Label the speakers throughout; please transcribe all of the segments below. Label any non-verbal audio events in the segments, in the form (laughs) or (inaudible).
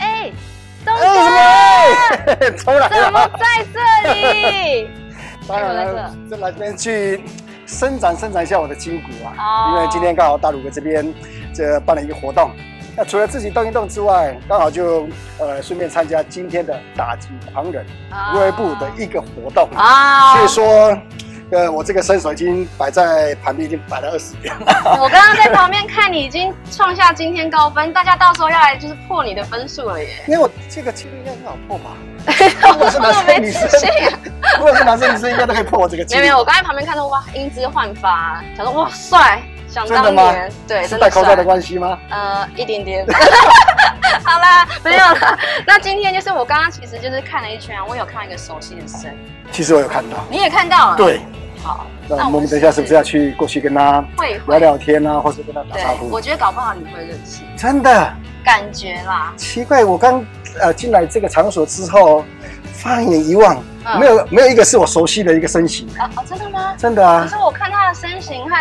Speaker 1: 哎重来
Speaker 2: 哎怎么
Speaker 1: 哎了。
Speaker 2: 在这里？
Speaker 1: 当然了，再来这边去伸展伸展一下我的筋骨啊，
Speaker 2: 哦
Speaker 1: 因为今天刚好大鲁哥这边这办了一个活动，那除了自己动一动之外，刚好就呃顺便参加今天的打击狂人
Speaker 2: 啊
Speaker 1: 俱乐部的一个活动，
Speaker 2: 啊！
Speaker 1: 所以说。呃，我这个身手已经摆在旁边，已经摆了二十年了。
Speaker 2: 我刚刚在旁边看你已经创下今天高分，大家到时候要来就是破你的分数了耶！
Speaker 1: 因为我这个记录应该很好破
Speaker 2: (laughs)
Speaker 1: 吧？如果是男生女生
Speaker 2: 我没自信啊，
Speaker 1: 如果是男生女生，应该都可以破我这个记
Speaker 2: 没
Speaker 1: 录。
Speaker 2: 有没有，我刚才旁边看到哇，英姿焕发，想说哇帅，想当
Speaker 1: 真的吗
Speaker 2: 年对，
Speaker 1: 是
Speaker 2: (laughs) 真
Speaker 1: 戴
Speaker 2: 的
Speaker 1: 口罩的
Speaker 2: 帅。
Speaker 1: 关系吗？
Speaker 2: 呃，一点点。 (laughs) 好啦，没有啦。那今天就是我刚刚其实就是看了一圈啊，我有看到一个熟悉的身，
Speaker 1: 其实我有看到。
Speaker 2: 你也看到了。，
Speaker 1: 对，
Speaker 2: 好，
Speaker 1: 那
Speaker 2: 那
Speaker 1: 我们等一下是不是要去过去跟他
Speaker 2: 会
Speaker 1: 聊
Speaker 2: 会？
Speaker 1: 聊天啊，或者跟他打
Speaker 2: 对
Speaker 1: 招，呼
Speaker 2: 我？觉得搞不好你会认识，
Speaker 1: 真的
Speaker 2: 感觉啦。
Speaker 1: 奇怪，我刚呃进来这个场所之后，放眼一望，
Speaker 2: 嗯
Speaker 1: 没有没有一个是我熟悉的一个身形，
Speaker 2: 啊哦，真的吗？
Speaker 1: 真的
Speaker 2: 可
Speaker 1: 啊嗯
Speaker 2: 是，我看他的身形和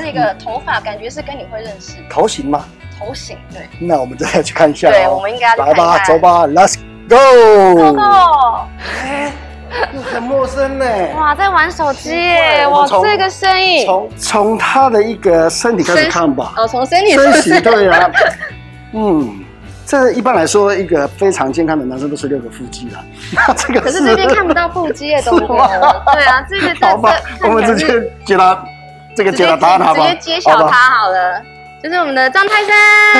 Speaker 2: 这个头发，感觉是跟你会认识
Speaker 1: 头型嘛，
Speaker 2: 头型，对
Speaker 1: 那我们再去看一下
Speaker 2: 对，我
Speaker 1: 哦。
Speaker 2: 们应该要
Speaker 1: 来
Speaker 2: 去看
Speaker 1: 吧，
Speaker 2: 看
Speaker 1: 走。吧，Let's
Speaker 2: 哥
Speaker 1: go。
Speaker 2: 哥，
Speaker 1: 哎，又很陌生呢。
Speaker 2: 哇，在玩手机
Speaker 1: 奇
Speaker 2: 耶！
Speaker 1: 怪
Speaker 2: 哇，
Speaker 1: 我从
Speaker 2: 这个声音，
Speaker 1: 从从他的一个身体开始看吧，
Speaker 2: 哦，从 (laughs) 身体是
Speaker 1: 身
Speaker 2: 不
Speaker 1: 形
Speaker 2: 是？
Speaker 1: 对啊，嗯，这一般来说一个非常健康的男生都是六个腹肌的，那 (laughs) 这个
Speaker 2: 可是这边看不到腹肌耶，东哥
Speaker 1: (laughs) 是吗。
Speaker 2: 对啊，这个这
Speaker 1: 好吧，
Speaker 2: 这
Speaker 1: 我们直接解答这个
Speaker 2: 直接
Speaker 1: 解答答案好
Speaker 2: 直
Speaker 1: 吧？
Speaker 2: 接揭晓
Speaker 1: 好吧。
Speaker 2: 他好了，就是我们的张泰
Speaker 1: 嘿
Speaker 2: 山。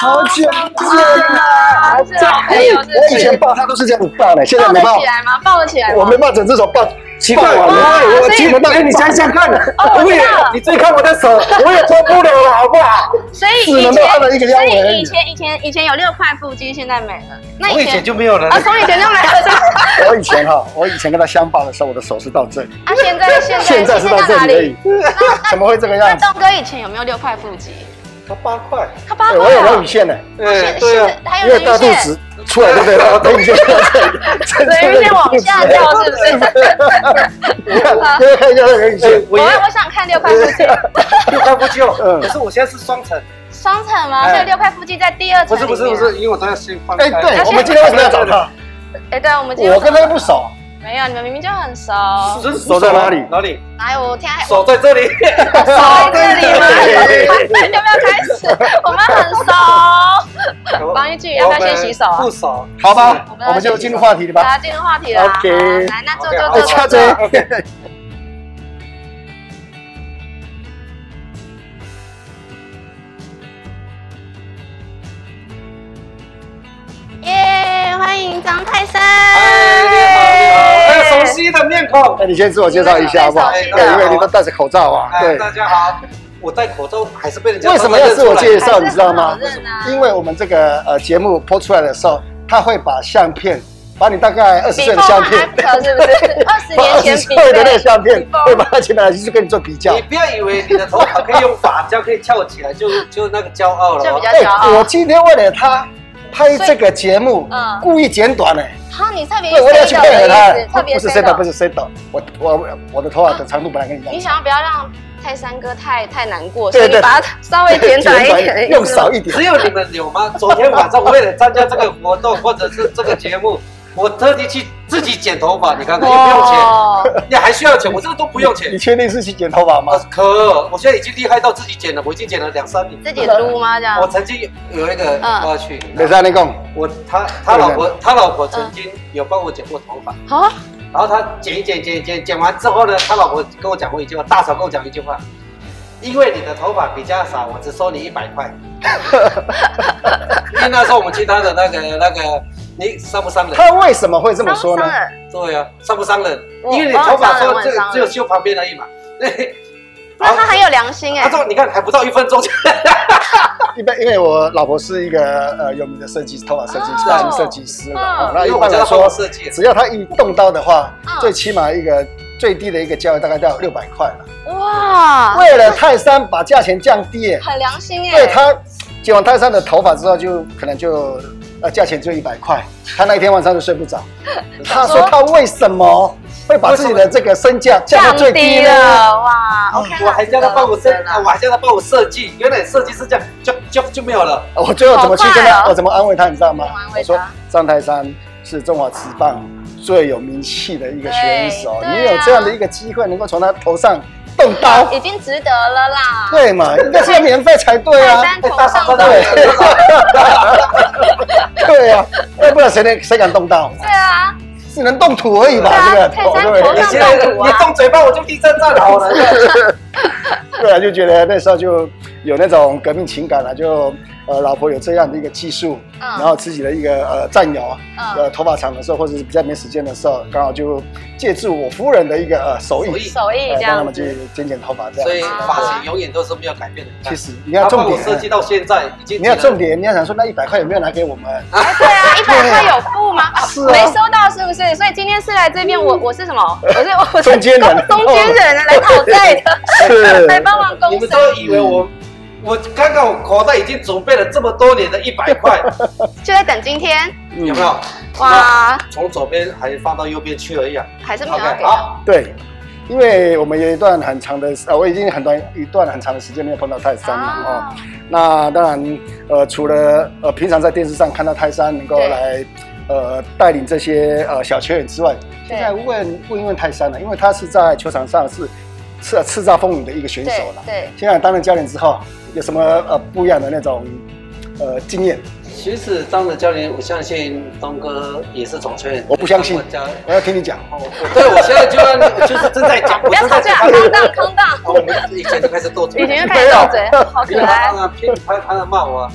Speaker 1: 好久不见啦！
Speaker 2: 哇这好朋友真
Speaker 1: 哎
Speaker 2: 是
Speaker 1: 我以前抱他都是这样子抱的，现在
Speaker 2: 抱
Speaker 1: 没
Speaker 2: 得
Speaker 1: 抱
Speaker 2: 起，来吗？抱得起来吗？
Speaker 1: 我没办法整只手抱。奇怪，
Speaker 2: 哇
Speaker 1: 我我
Speaker 2: 所以哦
Speaker 1: 基本上，哎，你想想看，
Speaker 2: 我
Speaker 1: 我也
Speaker 2: 知道了
Speaker 1: 你再看我的手，我也脱不了了，好不好？
Speaker 2: 所以
Speaker 1: 只
Speaker 2: 以
Speaker 1: 能
Speaker 2: 前，
Speaker 1: 够按了一个腰
Speaker 2: 所
Speaker 1: 围而
Speaker 2: 以以
Speaker 1: 已啊
Speaker 2: 前以前以前有六块腹肌，现在没了。那
Speaker 3: 我以前就没有了。
Speaker 2: 啊，从以前就没了。 (laughs) 是吧
Speaker 1: 我以前哈，我以前跟他相抱的时候，我的手是到这里，
Speaker 2: 啊，现在现在
Speaker 1: 现在是到这
Speaker 2: 哪
Speaker 1: 里而已
Speaker 2: 里？，
Speaker 1: 怎么会这个
Speaker 2: 那
Speaker 1: 样子？
Speaker 2: 东哥以前有没有六块腹肌？
Speaker 1: 他八块，
Speaker 2: 他八
Speaker 1: 对
Speaker 2: 块
Speaker 1: 哎我有人
Speaker 2: 啊
Speaker 1: 鱼。线呢，
Speaker 3: 哎，
Speaker 2: 现
Speaker 3: 对啊，
Speaker 2: 现还
Speaker 1: 因
Speaker 2: 有
Speaker 1: 为
Speaker 2: 人
Speaker 1: 大
Speaker 2: 鱼
Speaker 1: 肚
Speaker 2: 线
Speaker 1: 子，出来对不对？然后人鱼线到这
Speaker 2: (laughs)
Speaker 1: 里，
Speaker 2: 人鱼线往下掉，是不是？
Speaker 1: 你看，你要看一下那个人鱼线
Speaker 3: 哎，
Speaker 2: 我
Speaker 3: (laughs) 我也
Speaker 2: 我想看六块腹肌，
Speaker 3: 六块腹肌哦
Speaker 1: 嗯，
Speaker 3: 可是我现在是双层，
Speaker 2: 双层吗？所以六块腹肌在第二层
Speaker 3: 哎不
Speaker 2: 里
Speaker 3: 是
Speaker 2: 面。
Speaker 3: 不是不是，因为我都要先放开。
Speaker 1: 哎，对，我们今天为什么要找他？
Speaker 2: 哎，对，我们今天
Speaker 1: 我跟他又不熟，
Speaker 2: 没有，你们明明就很熟。
Speaker 3: 这是
Speaker 1: 手在哪里
Speaker 3: 哪里？
Speaker 2: 哎，我天，还
Speaker 3: 手在这里。
Speaker 2: 手在这里吗？ (laughs)
Speaker 1: 对
Speaker 2: 要不要开始？我们很熟。王一俊，要不要先洗手啊
Speaker 3: 不？手，
Speaker 1: 好吧
Speaker 2: 我们，要
Speaker 1: 我们就进入话题了
Speaker 2: 大
Speaker 1: 吧。
Speaker 2: 家进入话题啦。
Speaker 1: OK
Speaker 2: 好来，那坐
Speaker 3: OK，
Speaker 2: 坐
Speaker 3: 好
Speaker 1: 哎，
Speaker 2: 坐
Speaker 1: 掐
Speaker 2: 坐
Speaker 1: 着
Speaker 2: 坐。
Speaker 1: (laughs) 哦，
Speaker 2: 耶，欢迎张泰山。
Speaker 3: 哎，你好你好，哎，熟悉的面孔。
Speaker 1: 哎那你先自我介绍一下好不好？
Speaker 2: 你们很
Speaker 1: 对，
Speaker 2: 熟悉的
Speaker 1: 因为你都戴着口罩啊。
Speaker 3: 哎，
Speaker 1: 对，
Speaker 3: 大家好，我戴口罩还是被人家
Speaker 1: 为什么要自我介
Speaker 3: 绍？
Speaker 1: 绍？你知道吗
Speaker 2: 还是很好认啊？
Speaker 1: 因为我们这个呃节目播出来的时候，他会把相片，把你大概二十岁的相片，
Speaker 2: Before and after 是不
Speaker 1: (laughs)
Speaker 2: 是？二十年前
Speaker 1: 20
Speaker 2: 比
Speaker 1: 岁的那个相 (laughs) 片，
Speaker 2: Before
Speaker 1: 会把它请来去跟你做比较
Speaker 3: 你。不要以为你的头发可以用发胶可以翘起来，就就那个骄傲了
Speaker 2: 就
Speaker 3: 哦
Speaker 2: 比。较骄傲。
Speaker 1: 我今天为了他拍
Speaker 2: 所以
Speaker 1: 这个节目，
Speaker 2: 嗯
Speaker 1: 故意剪短呢。
Speaker 2: 好，你特别
Speaker 1: 对，我要去
Speaker 2: C
Speaker 1: 配合他
Speaker 2: 的意思，特，别
Speaker 1: 不是
Speaker 2: C
Speaker 1: set 不
Speaker 2: 的。
Speaker 1: 是 set，我我我的头发的长度本来跟你一样
Speaker 2: 你，想要不要让泰山哥太太难过，所
Speaker 1: 对
Speaker 2: 以
Speaker 1: 对
Speaker 2: 你把它稍
Speaker 1: (laughs)
Speaker 2: 微剪短一点，
Speaker 1: 用少一点。
Speaker 3: 只有你们有吗？ (laughs) 昨天晚上为了参加这个活动或者是这个节目， (laughs) 我特地去自己剪头发，你看看也不用钱，
Speaker 2: 哇
Speaker 3: 你还需要钱？我这个都不用
Speaker 1: 你
Speaker 3: 钱。
Speaker 1: 确定是去剪头发吗
Speaker 3: 啊？，可我现在已经厉害到自己剪了，我已经剪了两三年。
Speaker 2: 自己撸吗？这样
Speaker 3: 我曾经有有一个
Speaker 2: 嗯
Speaker 3: 我去，
Speaker 1: 没事，你讲。
Speaker 3: 我他他老婆他老婆曾经有帮我剪过头发，
Speaker 2: 啊？
Speaker 3: 然后他剪一剪剪剪剪完之后呢，他老婆跟我讲过一句话，大嫂跟我讲一句话，因为你的头发比较少，我只收你一百
Speaker 2: (laughs)
Speaker 3: 块。因为那时候我们去他的那个那个，你伤不伤人？
Speaker 1: 他为什么会这么说呢？
Speaker 3: 对啊，伤不伤人？
Speaker 2: 我
Speaker 3: 因为你头发
Speaker 2: 我很伤人我
Speaker 3: 说
Speaker 2: 很伤
Speaker 3: 这个
Speaker 2: 人
Speaker 3: 只有修旁边而已嘛。
Speaker 2: 那他很有良心
Speaker 1: 啊
Speaker 2: 哎
Speaker 3: 他。说你看还不到一分钟就，
Speaker 1: 一般因为我老婆是一个呃有名的设计师，头发设计师、
Speaker 2: 哦
Speaker 1: 发型设计师嘛，
Speaker 2: 嗯
Speaker 1: 哦那
Speaker 3: 因
Speaker 1: 一
Speaker 3: 为 (laughs) 我
Speaker 1: 般
Speaker 3: 叫
Speaker 1: 来
Speaker 3: 他帮
Speaker 1: 说
Speaker 3: 我，设计。
Speaker 1: 只要他一动刀的话
Speaker 2: 嗯，
Speaker 1: 最起码一个最低的一个价位大概到六百块了。
Speaker 2: 哇，
Speaker 1: 为了泰山把价钱降低耶，
Speaker 2: 很良心
Speaker 1: 因为
Speaker 2: 哎。
Speaker 1: 他剪完泰山的头发之后，就可能就 (laughs) 呃价钱就一百块，他那一天晚上就睡不着。他说他为什么会把自己的这个身价降到最
Speaker 2: 低
Speaker 1: 低呢？
Speaker 2: 哇，OK 啦
Speaker 3: 我还叫他帮我设啊
Speaker 2: 值得，了
Speaker 3: 我还叫他帮我设计，原来设计是这样，就就就没有了。
Speaker 1: (laughs) 我最后怎么去跟
Speaker 2: 好快
Speaker 1: 他，
Speaker 2: 哦
Speaker 1: 我怎么安慰他，你知道吗
Speaker 2: 怎么安？慰他
Speaker 1: 我说张泰山是中华职棒最有名气的一个选手，
Speaker 2: 对对
Speaker 1: 你
Speaker 2: 啊
Speaker 1: 有这样的一个机会能够从他头上动刀，
Speaker 2: (laughs) 已经值得了啦。(laughs)
Speaker 1: 对嘛？应该是要免费才对啊
Speaker 2: 泰。山头
Speaker 3: 哎大嫂
Speaker 1: (laughs)
Speaker 2: 上
Speaker 3: 说
Speaker 2: 的
Speaker 3: 的
Speaker 1: 对
Speaker 2: 对，
Speaker 1: 对啊，要不然谁能谁敢动刀？
Speaker 2: 啊，
Speaker 1: 只能动土而已吧，这
Speaker 2: 对啊
Speaker 1: 个
Speaker 2: 泰山
Speaker 1: 对不哦对
Speaker 2: 头
Speaker 3: 你
Speaker 2: 上
Speaker 3: 现在
Speaker 2: 啊
Speaker 3: 你动嘴巴，我就地震战好了。
Speaker 1: (laughs) 对啊，就觉得那时候就有那种革命情感了、就呃，老婆有这样的一个技术，
Speaker 2: 嗯
Speaker 3: 啊
Speaker 1: 然后自己的一个呃战友啊，
Speaker 2: 嗯
Speaker 1: 呃头发长的时候，或者是比较没时间的时候，刚好就借助我夫人的一个呃手
Speaker 3: 手
Speaker 1: 艺，
Speaker 3: 艺
Speaker 2: 手艺
Speaker 1: 呃
Speaker 2: 这
Speaker 1: 帮他
Speaker 2: 样
Speaker 1: 们去
Speaker 2: 子，
Speaker 1: 剪剪头发这样
Speaker 3: 所以
Speaker 1: 子。
Speaker 3: 发型永远都是没有改变的。
Speaker 1: 其实你
Speaker 3: 他
Speaker 1: 要重
Speaker 3: 帮我设计
Speaker 1: 点，啊哎
Speaker 3: 到现在，已经
Speaker 1: 你要重点，你要想说那一百块有没有拿给我们？
Speaker 2: 哎，对啊，一百块有付吗？哦
Speaker 1: 是啊
Speaker 2: 没收到是不是？所以今天是来这边，我我是什么？我是我是哦
Speaker 1: 中间人
Speaker 2: 中中间人啊来讨债的，
Speaker 1: 是
Speaker 2: 来帮忙
Speaker 3: 你
Speaker 2: 公
Speaker 3: 们
Speaker 2: 审，
Speaker 3: 都以为我，我刚刚我口袋已经准备了这么多年的一
Speaker 1: (laughs)
Speaker 3: 百块，
Speaker 2: 就在等今天。
Speaker 1: 嗯
Speaker 3: 有没有？那
Speaker 2: 哇，
Speaker 3: 从左边还放到右边去而已啊。
Speaker 2: 还是没有要
Speaker 3: OK，
Speaker 2: 给到。
Speaker 3: 好，
Speaker 1: 对，因为我们有一段很长的，呃，我已经很短一段很长的时间没有碰到泰山了哦。
Speaker 2: 啊，
Speaker 1: 那当然，呃，除了呃平常在电视上看到泰山能够
Speaker 2: 对
Speaker 1: 来呃带领这些呃小球员之外，现在问问一问泰山了，因为他是在球场上是叱叱咤风云的一个选
Speaker 2: 对
Speaker 1: 手了。
Speaker 2: 对，
Speaker 1: 现在担任教练之后，有什么呃不一样的那种呃经验？
Speaker 3: 其实张的教练，我相信东哥也是总教练。
Speaker 1: 我不相信
Speaker 3: 教练
Speaker 1: 我要听你讲。
Speaker 3: 哦对，我现在就要 (laughs) 就是正在讲，我
Speaker 2: 不要
Speaker 3: 正在
Speaker 2: 吵
Speaker 3: 讲
Speaker 2: 架，。空荡空
Speaker 3: (laughs)
Speaker 2: 荡。
Speaker 3: 哦我们以前就开始斗嘴
Speaker 2: 以
Speaker 3: 了，
Speaker 2: 前就开始斗嘴，好
Speaker 3: 因为
Speaker 2: 可爱
Speaker 3: 他。啊，偏他他在骂
Speaker 1: (laughs)
Speaker 3: 我啊。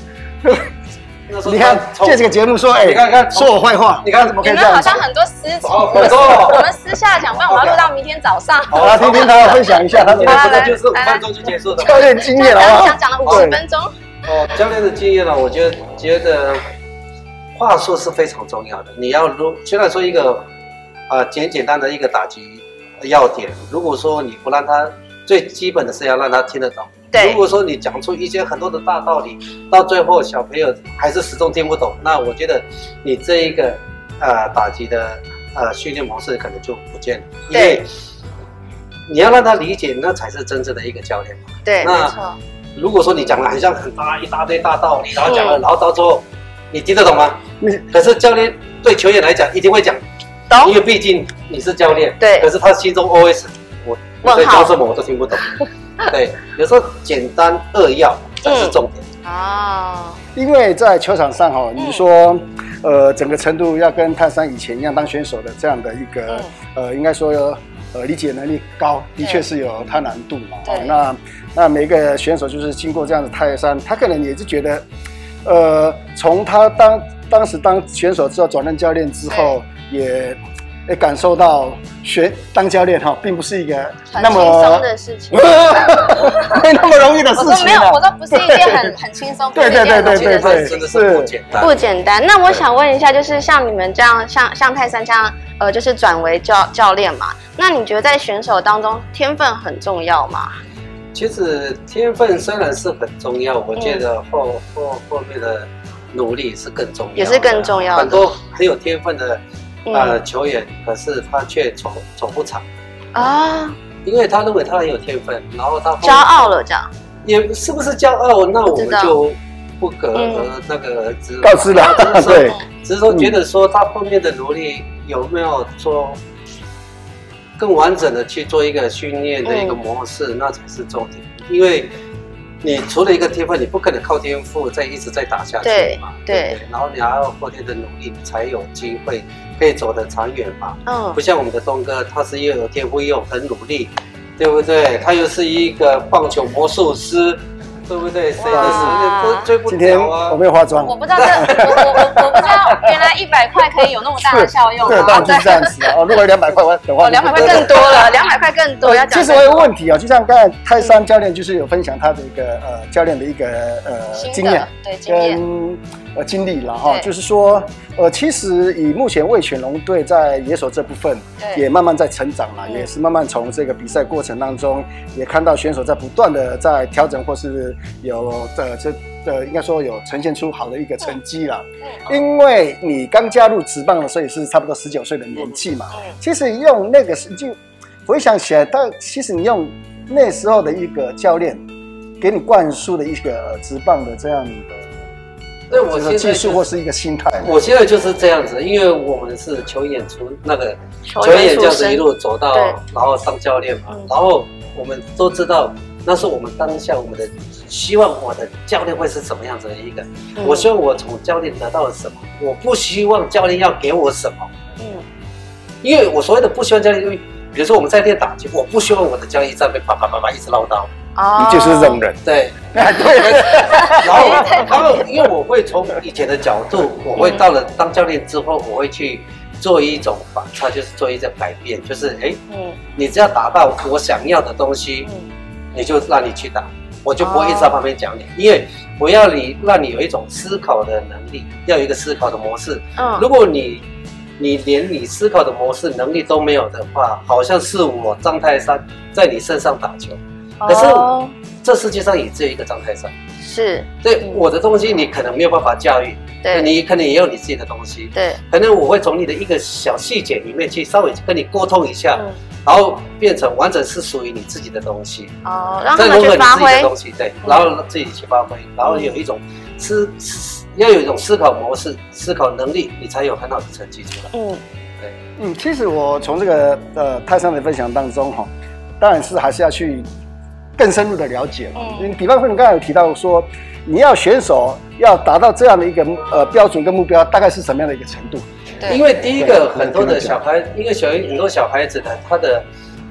Speaker 3: 那时候
Speaker 1: 你看
Speaker 3: 从
Speaker 1: 借这个节目说，哎、
Speaker 3: 你看看
Speaker 1: 说我坏话，
Speaker 3: 你看
Speaker 1: 怎么可
Speaker 2: 你
Speaker 1: 以
Speaker 2: 们
Speaker 1: 这样
Speaker 2: 好
Speaker 1: 子
Speaker 2: 像？很多私情，
Speaker 3: 哦好多
Speaker 2: 我们私下讲，不然我要录到明天早上。
Speaker 1: 好了，听听他分享一下他
Speaker 3: 今
Speaker 1: 的
Speaker 3: 天这个就是五分钟就结束的。
Speaker 2: 啊
Speaker 1: 教练经验
Speaker 2: 刚
Speaker 1: 好
Speaker 2: 刚
Speaker 1: 不
Speaker 2: 讲讲
Speaker 1: 好？
Speaker 2: 了五十分钟，
Speaker 3: 哦，教练的经验呢，我觉得觉得话术是非常重要的。你要如虽然说一个啊、简简单的一个打击要点，如果说你不让他最基本的是要让他听得懂。
Speaker 2: 对
Speaker 3: 如果说你讲出一些很多的大道理，到最后小朋友还是始终听不懂，那我觉得你这一个呃打击的呃训练模式可能就不见了，因为
Speaker 2: 对
Speaker 3: 你要让他理解，那才是真正的一个教练。
Speaker 2: 对，
Speaker 3: 那
Speaker 2: 没错，
Speaker 3: 如果说你讲了很像很大一大堆大道理，然后讲了，然后到最后你听得懂吗？
Speaker 1: 你
Speaker 3: 可是教练对球员来讲一定会讲，
Speaker 2: 嗯懂
Speaker 3: 因为毕竟你是教练。
Speaker 2: 对
Speaker 3: 可是他心中 always 我
Speaker 2: 问号
Speaker 3: 我在教什么我都听
Speaker 2: (laughs)
Speaker 3: 不懂。对，有时候简单扼要才是重点。
Speaker 2: 哦，
Speaker 1: 因为在球场上哈，
Speaker 2: 嗯
Speaker 1: 你说，呃，整个程度要跟泰山以前一样当选手的这样的一个
Speaker 2: 嗯，
Speaker 1: 呃，应该说有，呃，理解能力高，的
Speaker 2: 对
Speaker 1: 确是有它难度嘛。哦
Speaker 2: 对
Speaker 1: 那那每一个选手就是经过这样的泰山，他可能也是觉得，呃，从他当当时当选手之后转任教练之后，也也感受到学当教练哈，并不是一个
Speaker 2: 很
Speaker 1: 那
Speaker 2: 轻
Speaker 1: 么
Speaker 2: 松的事情。
Speaker 1: (laughs) 没那么容易的事
Speaker 2: 我
Speaker 1: 情
Speaker 2: 说没有，
Speaker 1: 啊
Speaker 2: 我说不是一件很很轻松，不是
Speaker 1: 对
Speaker 2: 一件
Speaker 1: 对
Speaker 2: 很有
Speaker 1: 对
Speaker 2: 趣
Speaker 1: 对
Speaker 2: 的事
Speaker 1: 对
Speaker 2: 情
Speaker 3: 真。的是不简单。
Speaker 2: 不简单。那我想问一下，就是像你们这样，像像泰山这样，呃，就是转为教教练嘛？那你觉得在选手当中，天分很重要吗？
Speaker 3: 其实天分虽然是很重要，我觉得后、后后面的努力是更重要的，
Speaker 2: 嗯也是更重要的
Speaker 3: 很多很有天分的
Speaker 2: 嗯
Speaker 3: 呃球员，可是他却走走不长，
Speaker 2: 啊，
Speaker 3: 因为他认为他很有天分，然后他后
Speaker 2: 骄傲了这样，
Speaker 3: 也是不是骄傲？那我
Speaker 2: 不知
Speaker 3: 们
Speaker 2: 道
Speaker 3: 就不可
Speaker 2: 嗯
Speaker 3: 那个知
Speaker 1: 告知了， (laughs) 对。
Speaker 3: (laughs)
Speaker 1: 嗯
Speaker 3: 只是说觉得说他后面的努力有没有做更完整的去做一个训练的一个模式，那才是重点。因为你除了一个天分，你不可能靠天赋再一直在打下去嘛，
Speaker 2: 对
Speaker 3: 不然后你还要后天的努力，你才有机会可以走得长远嘛。
Speaker 2: 嗯
Speaker 3: 不，像我们的东哥，他是又有天赋又很努力，对不对？他又是一个棒球魔术师，对不对？谁的时间
Speaker 2: 哇
Speaker 3: 都追不
Speaker 1: 今天
Speaker 3: 了啊
Speaker 1: 我！没有化妆，
Speaker 2: 我不知道这，我我我我不知道，原来一百块可以有那么大的效用
Speaker 1: 对，
Speaker 2: (laughs)
Speaker 1: 当
Speaker 2: 啊！
Speaker 1: 然是这样子啊。哦，如果有两百块我的话，
Speaker 2: 哦，两百块更多了，两百块更多，嗯要讲
Speaker 1: 其实我有个问题啊，就像刚才泰山教练就是有分享他的一个呃教练的一个呃
Speaker 2: 新
Speaker 1: 经
Speaker 2: 的
Speaker 1: 验，
Speaker 2: 对经验，
Speaker 1: 跟呃经历了哈，
Speaker 2: 对
Speaker 1: 就是说呃，其实以目前魏全龙队在野手这部分
Speaker 2: 对
Speaker 1: 也慢慢在成长了，
Speaker 2: 嗯
Speaker 1: 也是慢慢从这个比赛过程当中也看到选手在不断的在调整，或是有呃这呃应该说有呈现出好的一个成绩了。
Speaker 2: 嗯
Speaker 1: 因为你刚加入职棒的时候也是差不多十九岁的年纪嘛，
Speaker 2: 嗯
Speaker 1: 其实用那个时就回想起来，但其实你用那时候的一个教练给你灌输的一个呃职棒的这样的
Speaker 3: 所以
Speaker 1: 这
Speaker 3: 我现
Speaker 1: 个
Speaker 3: 在
Speaker 1: 技
Speaker 3: 就
Speaker 1: 术或是一个心态，
Speaker 3: 我现在就是这样子，因为我们是球演出那个
Speaker 2: 球
Speaker 3: 球
Speaker 2: 员
Speaker 3: 员这
Speaker 2: 出
Speaker 3: 样子
Speaker 2: 身，
Speaker 3: 一路走到
Speaker 2: 对，
Speaker 3: 然后当教练嘛
Speaker 2: 嗯，
Speaker 3: 然后我们都知道，那是我们当下我们的希望，我的教练会是什么样子的一个。
Speaker 2: 嗯
Speaker 3: 我希望我从教练得到了什么，我不希望教练要给我什么，
Speaker 2: 嗯
Speaker 3: 因为我所谓的不希望教练，因为比如说我们在练打击，我不希望我的教练一直在被叭叭叭叭一直唠叨，
Speaker 2: 哦
Speaker 4: 你就是这种人。
Speaker 3: 对，
Speaker 1: 对，
Speaker 3: 然后他们，因为我会从以前的角度，我会到了当教练之后，我会去做一种反差，就是做一种改变，就是哎，
Speaker 2: 嗯
Speaker 3: 你只要达到我想要的东西，
Speaker 2: 嗯
Speaker 3: 你就让你去打，我就不会一直在旁边讲你，因为我要你让你有一种思考的能力，要有一个思考的模式。
Speaker 2: 嗯，
Speaker 3: 如果你你连你思考的模式能力都没有的话，好像是我张泰山在你身上打球，可是
Speaker 2: 哦
Speaker 3: 这世界上也只有一个张泰山。
Speaker 2: 是
Speaker 3: 对
Speaker 2: 嗯
Speaker 3: 我的东西，你可能没有办法驾驭，
Speaker 2: 对
Speaker 3: 你可能也有你自己的东西，
Speaker 2: 对
Speaker 3: 可能我会从你的一个小细节里面去稍微跟你沟通一下，
Speaker 2: 嗯
Speaker 3: 然后变成完整是属于你自己的东西，
Speaker 2: 哦，让他们
Speaker 3: 再融合
Speaker 2: 去
Speaker 3: 你
Speaker 2: 发
Speaker 3: 自己的
Speaker 2: 挥，
Speaker 3: 东西，对，
Speaker 2: 嗯
Speaker 3: 然后自己去发挥，然后有一种思思要有一种思考模式、思考能力，你才有很好的成绩出来。
Speaker 2: 嗯
Speaker 1: 嗯，其实我从这个呃泰山的分享当中哈，当然是还是要去更深入的了解嘛。
Speaker 2: 嗯
Speaker 1: 嗯，比方说你刚才有提到说，你要选手要达到这样的一个呃标准跟目标，大概是什么样的一个程度？
Speaker 2: 对，
Speaker 3: 因为第一个
Speaker 1: 对
Speaker 3: 很多的小孩，因为小孩很多小孩子的他的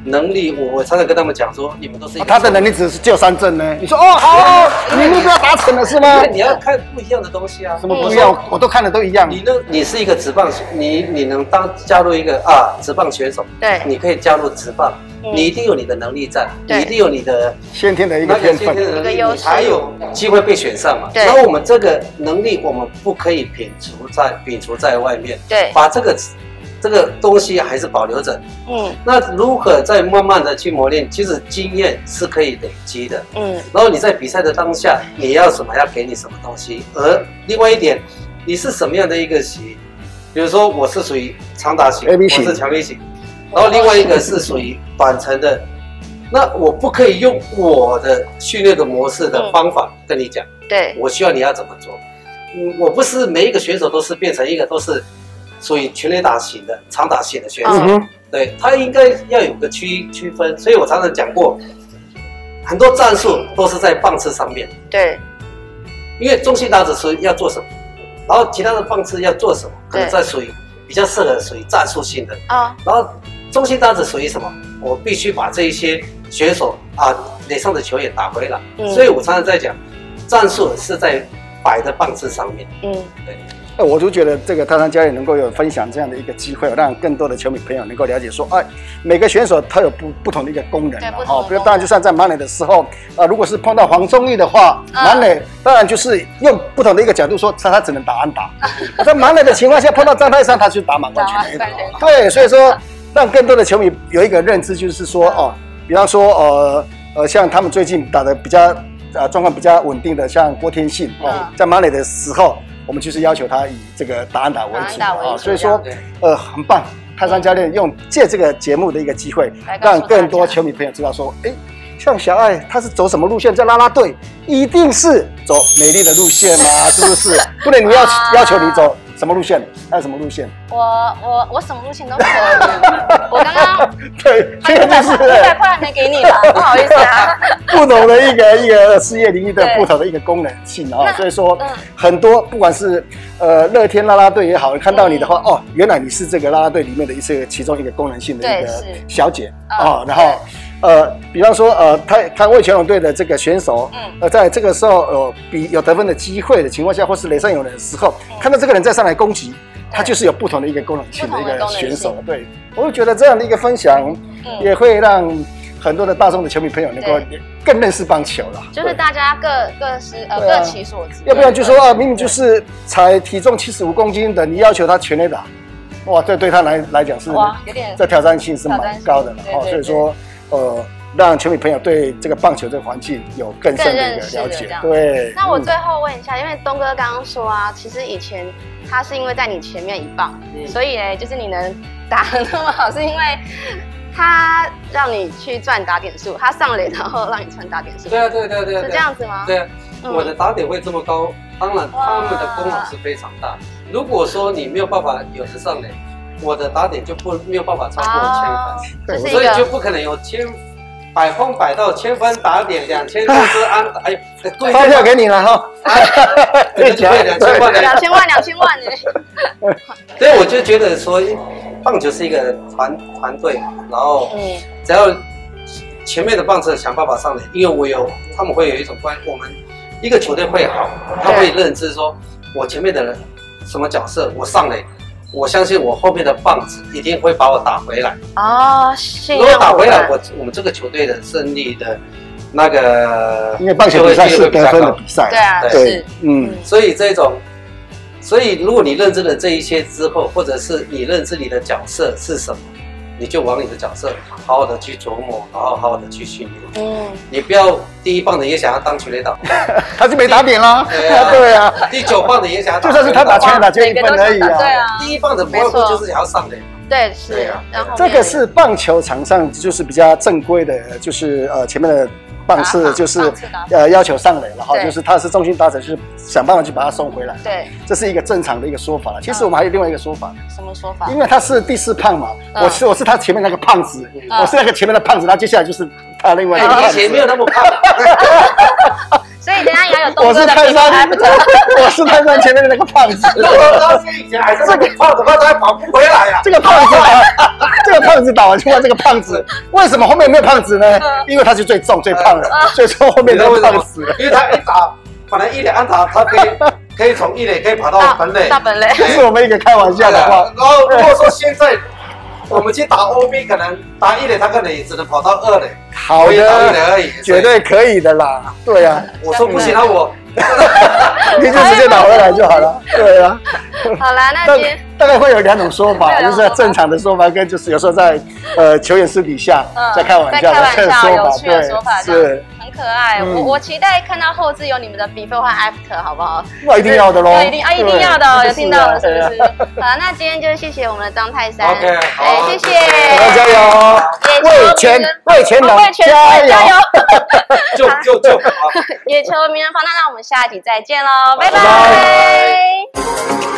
Speaker 3: 能力，我我常常跟他们讲说，你们都是一个
Speaker 1: 啊他的能力只是只有三振呢？你说哦好哦，你目标达成了是吗
Speaker 3: 因为？你要看不一样的东西啊。
Speaker 1: 什么不一
Speaker 2: 哦
Speaker 1: 样？我都看的都一样。
Speaker 3: 你能，你是一个职棒，你你能当加入一个啊职棒选手，
Speaker 2: 对
Speaker 3: 你可以加入职棒，
Speaker 2: 嗯
Speaker 3: 你一定有你的能力在，
Speaker 2: 对
Speaker 3: 你一定有你的
Speaker 1: 先天的一个
Speaker 3: 那个
Speaker 1: 天
Speaker 3: 先天的
Speaker 1: 分。
Speaker 3: 能
Speaker 2: 一个
Speaker 3: 力，
Speaker 2: 优势
Speaker 3: 你才有机会被选上嘛。
Speaker 2: 对
Speaker 3: 那我们这个能力，我们不可以摒除在摒除在外面，
Speaker 2: 对
Speaker 3: 把这个这个东西还是保留着。
Speaker 2: 嗯
Speaker 3: 那如何再慢慢的去磨练？其实经验是可以累积的。
Speaker 2: 嗯
Speaker 3: 然后你在比赛的当下，你要什么，要给你什么东西。而另外一点，你是什么样的一个型？比如说，我是属于长打型
Speaker 1: AB
Speaker 3: 我
Speaker 1: 型
Speaker 3: 是强力型，然后另外一个是属于板层的。那我不可以用我的训练的模式的方法跟你讲，
Speaker 2: 对
Speaker 3: 我需要你要怎么做。嗯，我不是每一个选手都是变成一个都是属于全垒打型的、长打型的选手。
Speaker 1: 嗯
Speaker 2: 啊
Speaker 1: 哼，
Speaker 3: 对他应该要有个区区分，所以我常常讲过，很多战术都是在棒次上面，
Speaker 2: 对
Speaker 3: 因为中心打者是要做什么，然后其他的棒次要做什么，可能
Speaker 2: 对
Speaker 3: 在属于比较适合属于战术性的，
Speaker 2: 哦
Speaker 3: 然后中心打者属于什么，我必须把这一些选手啊脸上的球也打回来，
Speaker 2: 嗯
Speaker 3: 所以我常常在讲，战术是在摆在棒次上面，
Speaker 2: 嗯
Speaker 3: 对。
Speaker 1: 哎，我就觉得这个泰山教练能够有分享这样的一个机会，让更多的球迷朋友能够了解说，哎，每个选手他有不不同的一个功能
Speaker 2: 对
Speaker 1: 嘛
Speaker 2: 不同的
Speaker 1: 哦，比
Speaker 2: 功
Speaker 1: 如
Speaker 2: 能
Speaker 1: 当然就算在满垒的时候，呃，如果是碰到黄忠义的话，
Speaker 2: 嗯
Speaker 1: 满垒当然就是用不同的一个角度说，他他只能打
Speaker 2: (laughs)
Speaker 1: 安打，在满垒的情况下碰到张泰山，他去打满贯全
Speaker 2: 打满
Speaker 1: 垒打
Speaker 2: 贯全垒打，
Speaker 1: 对，哎所以说让更多的球迷有一个认知，就是说哦，比方说呃呃，像他们最近打的比较。呃，状况比较稳定的，像郭天信哦，
Speaker 2: 嗯
Speaker 1: 在马里的时候，我们就是要求他以这个打安打为主
Speaker 2: 打安打为
Speaker 1: 啊、
Speaker 2: 主
Speaker 1: 所以说
Speaker 3: 对
Speaker 1: 呃很棒。泰山教练用借这个节目的一个机会
Speaker 2: 来，告诉
Speaker 1: 让更多
Speaker 2: 大家
Speaker 1: 球迷朋友知道说，哎，像小爱他是走什么路线，在拉拉队一定是走美丽的路线啊，是不是？不能你要
Speaker 2: 啊
Speaker 1: 要求你走什么路线，还有什么路线？
Speaker 2: 我我我什么路线都可以，我刚 (laughs) 刚
Speaker 1: 对，
Speaker 2: 一
Speaker 1: 这个
Speaker 2: 百
Speaker 1: 就是
Speaker 2: 块一百块还没给你啦，不好意思 (laughs) 啊。
Speaker 1: 不同的一个一个事业领域的
Speaker 2: 对
Speaker 1: 不同的一个功能性啊、
Speaker 2: 那
Speaker 1: 所以说、
Speaker 2: 嗯
Speaker 1: 很多不管是呃乐天啦啦队也好，看到你的
Speaker 2: 嗯
Speaker 1: 话、哦，原来你是这个啦啦队里面的一些其中一个功能性的一个
Speaker 2: 对是
Speaker 1: 小姐
Speaker 2: 嗯
Speaker 1: 啊、然后。呃，比方说，呃，他他为全龙队的这个选手，
Speaker 2: 嗯
Speaker 1: 呃，在这个时候有比有得分的机会的情况下，或是雷上有人的时候，看到这个人再上来攻击，他就是有不同的一个功能性的
Speaker 2: 嗯不
Speaker 1: 一
Speaker 2: 同的
Speaker 1: 个
Speaker 2: 功能性
Speaker 1: 选手。对，我就觉得这样的一个分享，
Speaker 2: 嗯
Speaker 1: 也会让很多的大众的球迷朋友能够更认识棒球了。
Speaker 2: 就是大家各各司呃
Speaker 1: 对啊
Speaker 2: 各其所知，
Speaker 1: 要不然就说啊，明明就是才体重七十五公斤的，你要求他全垒打，哇，这对他来来讲是
Speaker 2: 哇，有点
Speaker 1: 这挑战性是
Speaker 2: 挑战
Speaker 1: 蛮
Speaker 2: 性
Speaker 1: 高的了
Speaker 2: 对
Speaker 1: 哦。
Speaker 2: 对
Speaker 1: 所
Speaker 2: 对
Speaker 1: 以说，呃，让球迷朋友对这个棒球这个环境有更深
Speaker 2: 更
Speaker 1: 的一
Speaker 2: 认
Speaker 1: 个
Speaker 2: 识
Speaker 1: 了
Speaker 2: 的这
Speaker 1: 解
Speaker 2: 样。
Speaker 1: 对，
Speaker 2: 那我
Speaker 1: 嗯
Speaker 2: 最后问一下，因为东哥刚刚说啊，其实以前他是因为在你前面一棒，
Speaker 3: 嗯
Speaker 2: 所以呢，就是你能打得那么好，是因为他让你去赚打点数，他上垒然后让你传打点数，
Speaker 3: 对啊，对啊对啊对啊，
Speaker 2: 是
Speaker 3: 对啊
Speaker 2: 这样子吗？
Speaker 3: 对啊，
Speaker 2: 嗯
Speaker 3: 我的打点会这么高，当然他们的功劳是非常大。如果说你没有办法有人上垒，我的打点就不没有办法超
Speaker 2: 哦
Speaker 3: 过千
Speaker 2: 这
Speaker 3: 分，
Speaker 2: 是
Speaker 3: 所
Speaker 2: 一
Speaker 3: 以就
Speaker 2: 个
Speaker 3: 不可能有千百轰百到千分打点两千多支安打，哎呦，对
Speaker 1: 发票
Speaker 3: 对
Speaker 1: 给你了哈，
Speaker 3: 对对对，两千
Speaker 2: (laughs)
Speaker 3: 万的。
Speaker 2: 两千万两千万呢？
Speaker 3: 所以我就觉得说，棒球是一个团团队，然后
Speaker 2: 嗯，
Speaker 3: 只要前面的棒子想办法上垒，因为我有他们会有一种关，我们一个球队会好，他会认知说，我前面的人什么角色，我上垒，我相信我后面的棒子一定会把我打回来。
Speaker 2: 哦，信
Speaker 3: 如
Speaker 2: 任
Speaker 3: 果
Speaker 2: 伙伴
Speaker 3: 打回来，我我们这个球队的胜利的那个
Speaker 1: 因为棒球比赛是得分的比赛，
Speaker 2: 对啊，
Speaker 3: 对
Speaker 2: 是，
Speaker 1: 嗯
Speaker 2: 嗯，
Speaker 3: 所以这种，所以如果你认知了这一些之后，或者是你认知你的角色是什么，你就往你的角色好好的去琢磨，然后好好的去训练。
Speaker 2: 嗯，
Speaker 3: 你不要第一棒的也想要当全垒打，
Speaker 1: 他就没打点啦，
Speaker 3: 对啊
Speaker 1: (laughs) 对啊，
Speaker 3: 第九棒的也想要
Speaker 1: 就算是他打全垒打就一
Speaker 2: 每个
Speaker 1: 分
Speaker 2: 都
Speaker 1: 而已
Speaker 2: 想打对
Speaker 1: 啊。
Speaker 2: 啊，
Speaker 3: 第一棒的不外乎就是想要上垒嘛，
Speaker 2: 对是
Speaker 3: 对啊，
Speaker 2: 然后
Speaker 1: 这个是棒球场上就是比较正规的，就是呃前面的棒
Speaker 2: 打
Speaker 1: 次
Speaker 2: 法
Speaker 1: 就是
Speaker 2: 棒次打法
Speaker 1: 呃要求上垒了哈，
Speaker 2: 对
Speaker 1: 就是他是中心打者，就是想办法去把他送回来，
Speaker 2: 对
Speaker 1: 这是一个正常的一个说法了。其实我们还有另外一个说法，
Speaker 2: 什么说法
Speaker 1: 因？为他是第四胖嘛，
Speaker 2: 嗯
Speaker 1: 我是我是他前面那个胖子，
Speaker 3: 嗯
Speaker 1: 我是那个前面的胖子，他接下来就是他另外一个
Speaker 3: 哎，
Speaker 1: 胖
Speaker 3: 以前
Speaker 1: 子。
Speaker 3: 没有那么胖，
Speaker 2: 所以等一下也要有东
Speaker 1: 我
Speaker 2: 哥
Speaker 1: 是
Speaker 2: 的哎
Speaker 1: 泰
Speaker 2: 评
Speaker 1: 山
Speaker 2: 判，，
Speaker 1: (laughs) 我是泰山前面的那个胖子。
Speaker 3: 如果当时以前还是那么胖的话，他还跑不回来
Speaker 1: (laughs)
Speaker 3: 呀、
Speaker 1: 这个胖子打，这个胖子打完就换这个胖子，为什么后面没有胖子呢？
Speaker 2: 嗯
Speaker 1: 因为他是最重最胖的，所以说后面
Speaker 3: 你知道
Speaker 1: 都
Speaker 3: 为
Speaker 1: 是
Speaker 3: 什
Speaker 1: 胖
Speaker 3: 么
Speaker 1: 子。？
Speaker 3: 因为他一打，本来一垒安打，他可以可以从一垒可以跑到本垒，
Speaker 2: 大本
Speaker 1: (laughs)
Speaker 2: 垒，
Speaker 1: 这是我们一个开玩笑
Speaker 3: 对
Speaker 1: 的
Speaker 3: 啊
Speaker 1: 话，
Speaker 3: 然后如果说现在我们去打 OB，可能打一垒，他可能也只能跑到二垒，
Speaker 1: 好
Speaker 3: 我也打一垒
Speaker 1: 的，
Speaker 3: 而已。所以
Speaker 1: 绝对可以的啦。对
Speaker 2: (laughs)
Speaker 1: 呀、
Speaker 3: 我说不行啊，我
Speaker 1: 你就直接打回来就好了。对呀、啊，
Speaker 2: 好啦，那
Speaker 1: 大
Speaker 2: 今天
Speaker 1: 大概会有两种说法，
Speaker 2: 对啊
Speaker 1: 就是正常的说法跟就是有时候在呃球员私底下
Speaker 2: 嗯
Speaker 1: 在开玩笑的
Speaker 2: 在
Speaker 1: 这
Speaker 2: 开
Speaker 1: 个
Speaker 2: 玩笑有
Speaker 1: 说法，
Speaker 2: 趣的说法这
Speaker 1: 对，
Speaker 2: 样
Speaker 1: 是
Speaker 2: 很可爱，
Speaker 1: 嗯
Speaker 2: 我我期待看到后置有你们的 before 和 after，好不好？
Speaker 1: 那一定要的喽，
Speaker 2: 对一定啊，一定要的哦，
Speaker 1: 对
Speaker 2: 有听到了是
Speaker 1: 是啊
Speaker 2: 不是？好，那今天就谢谢我们的张泰山
Speaker 3: OK，
Speaker 2: 哎
Speaker 3: 好，啊
Speaker 2: 谢谢，
Speaker 1: 大家加油，
Speaker 2: 也
Speaker 1: 为
Speaker 2: 求名
Speaker 1: 全
Speaker 2: 人，
Speaker 1: 为全
Speaker 2: 哦
Speaker 1: 能
Speaker 2: 为全
Speaker 1: 加
Speaker 2: 加
Speaker 1: 油！
Speaker 2: 油，
Speaker 3: 就就就啊好。
Speaker 2: 也求名人方，那让我们下集再见喽，拜
Speaker 3: 拜
Speaker 2: 拜。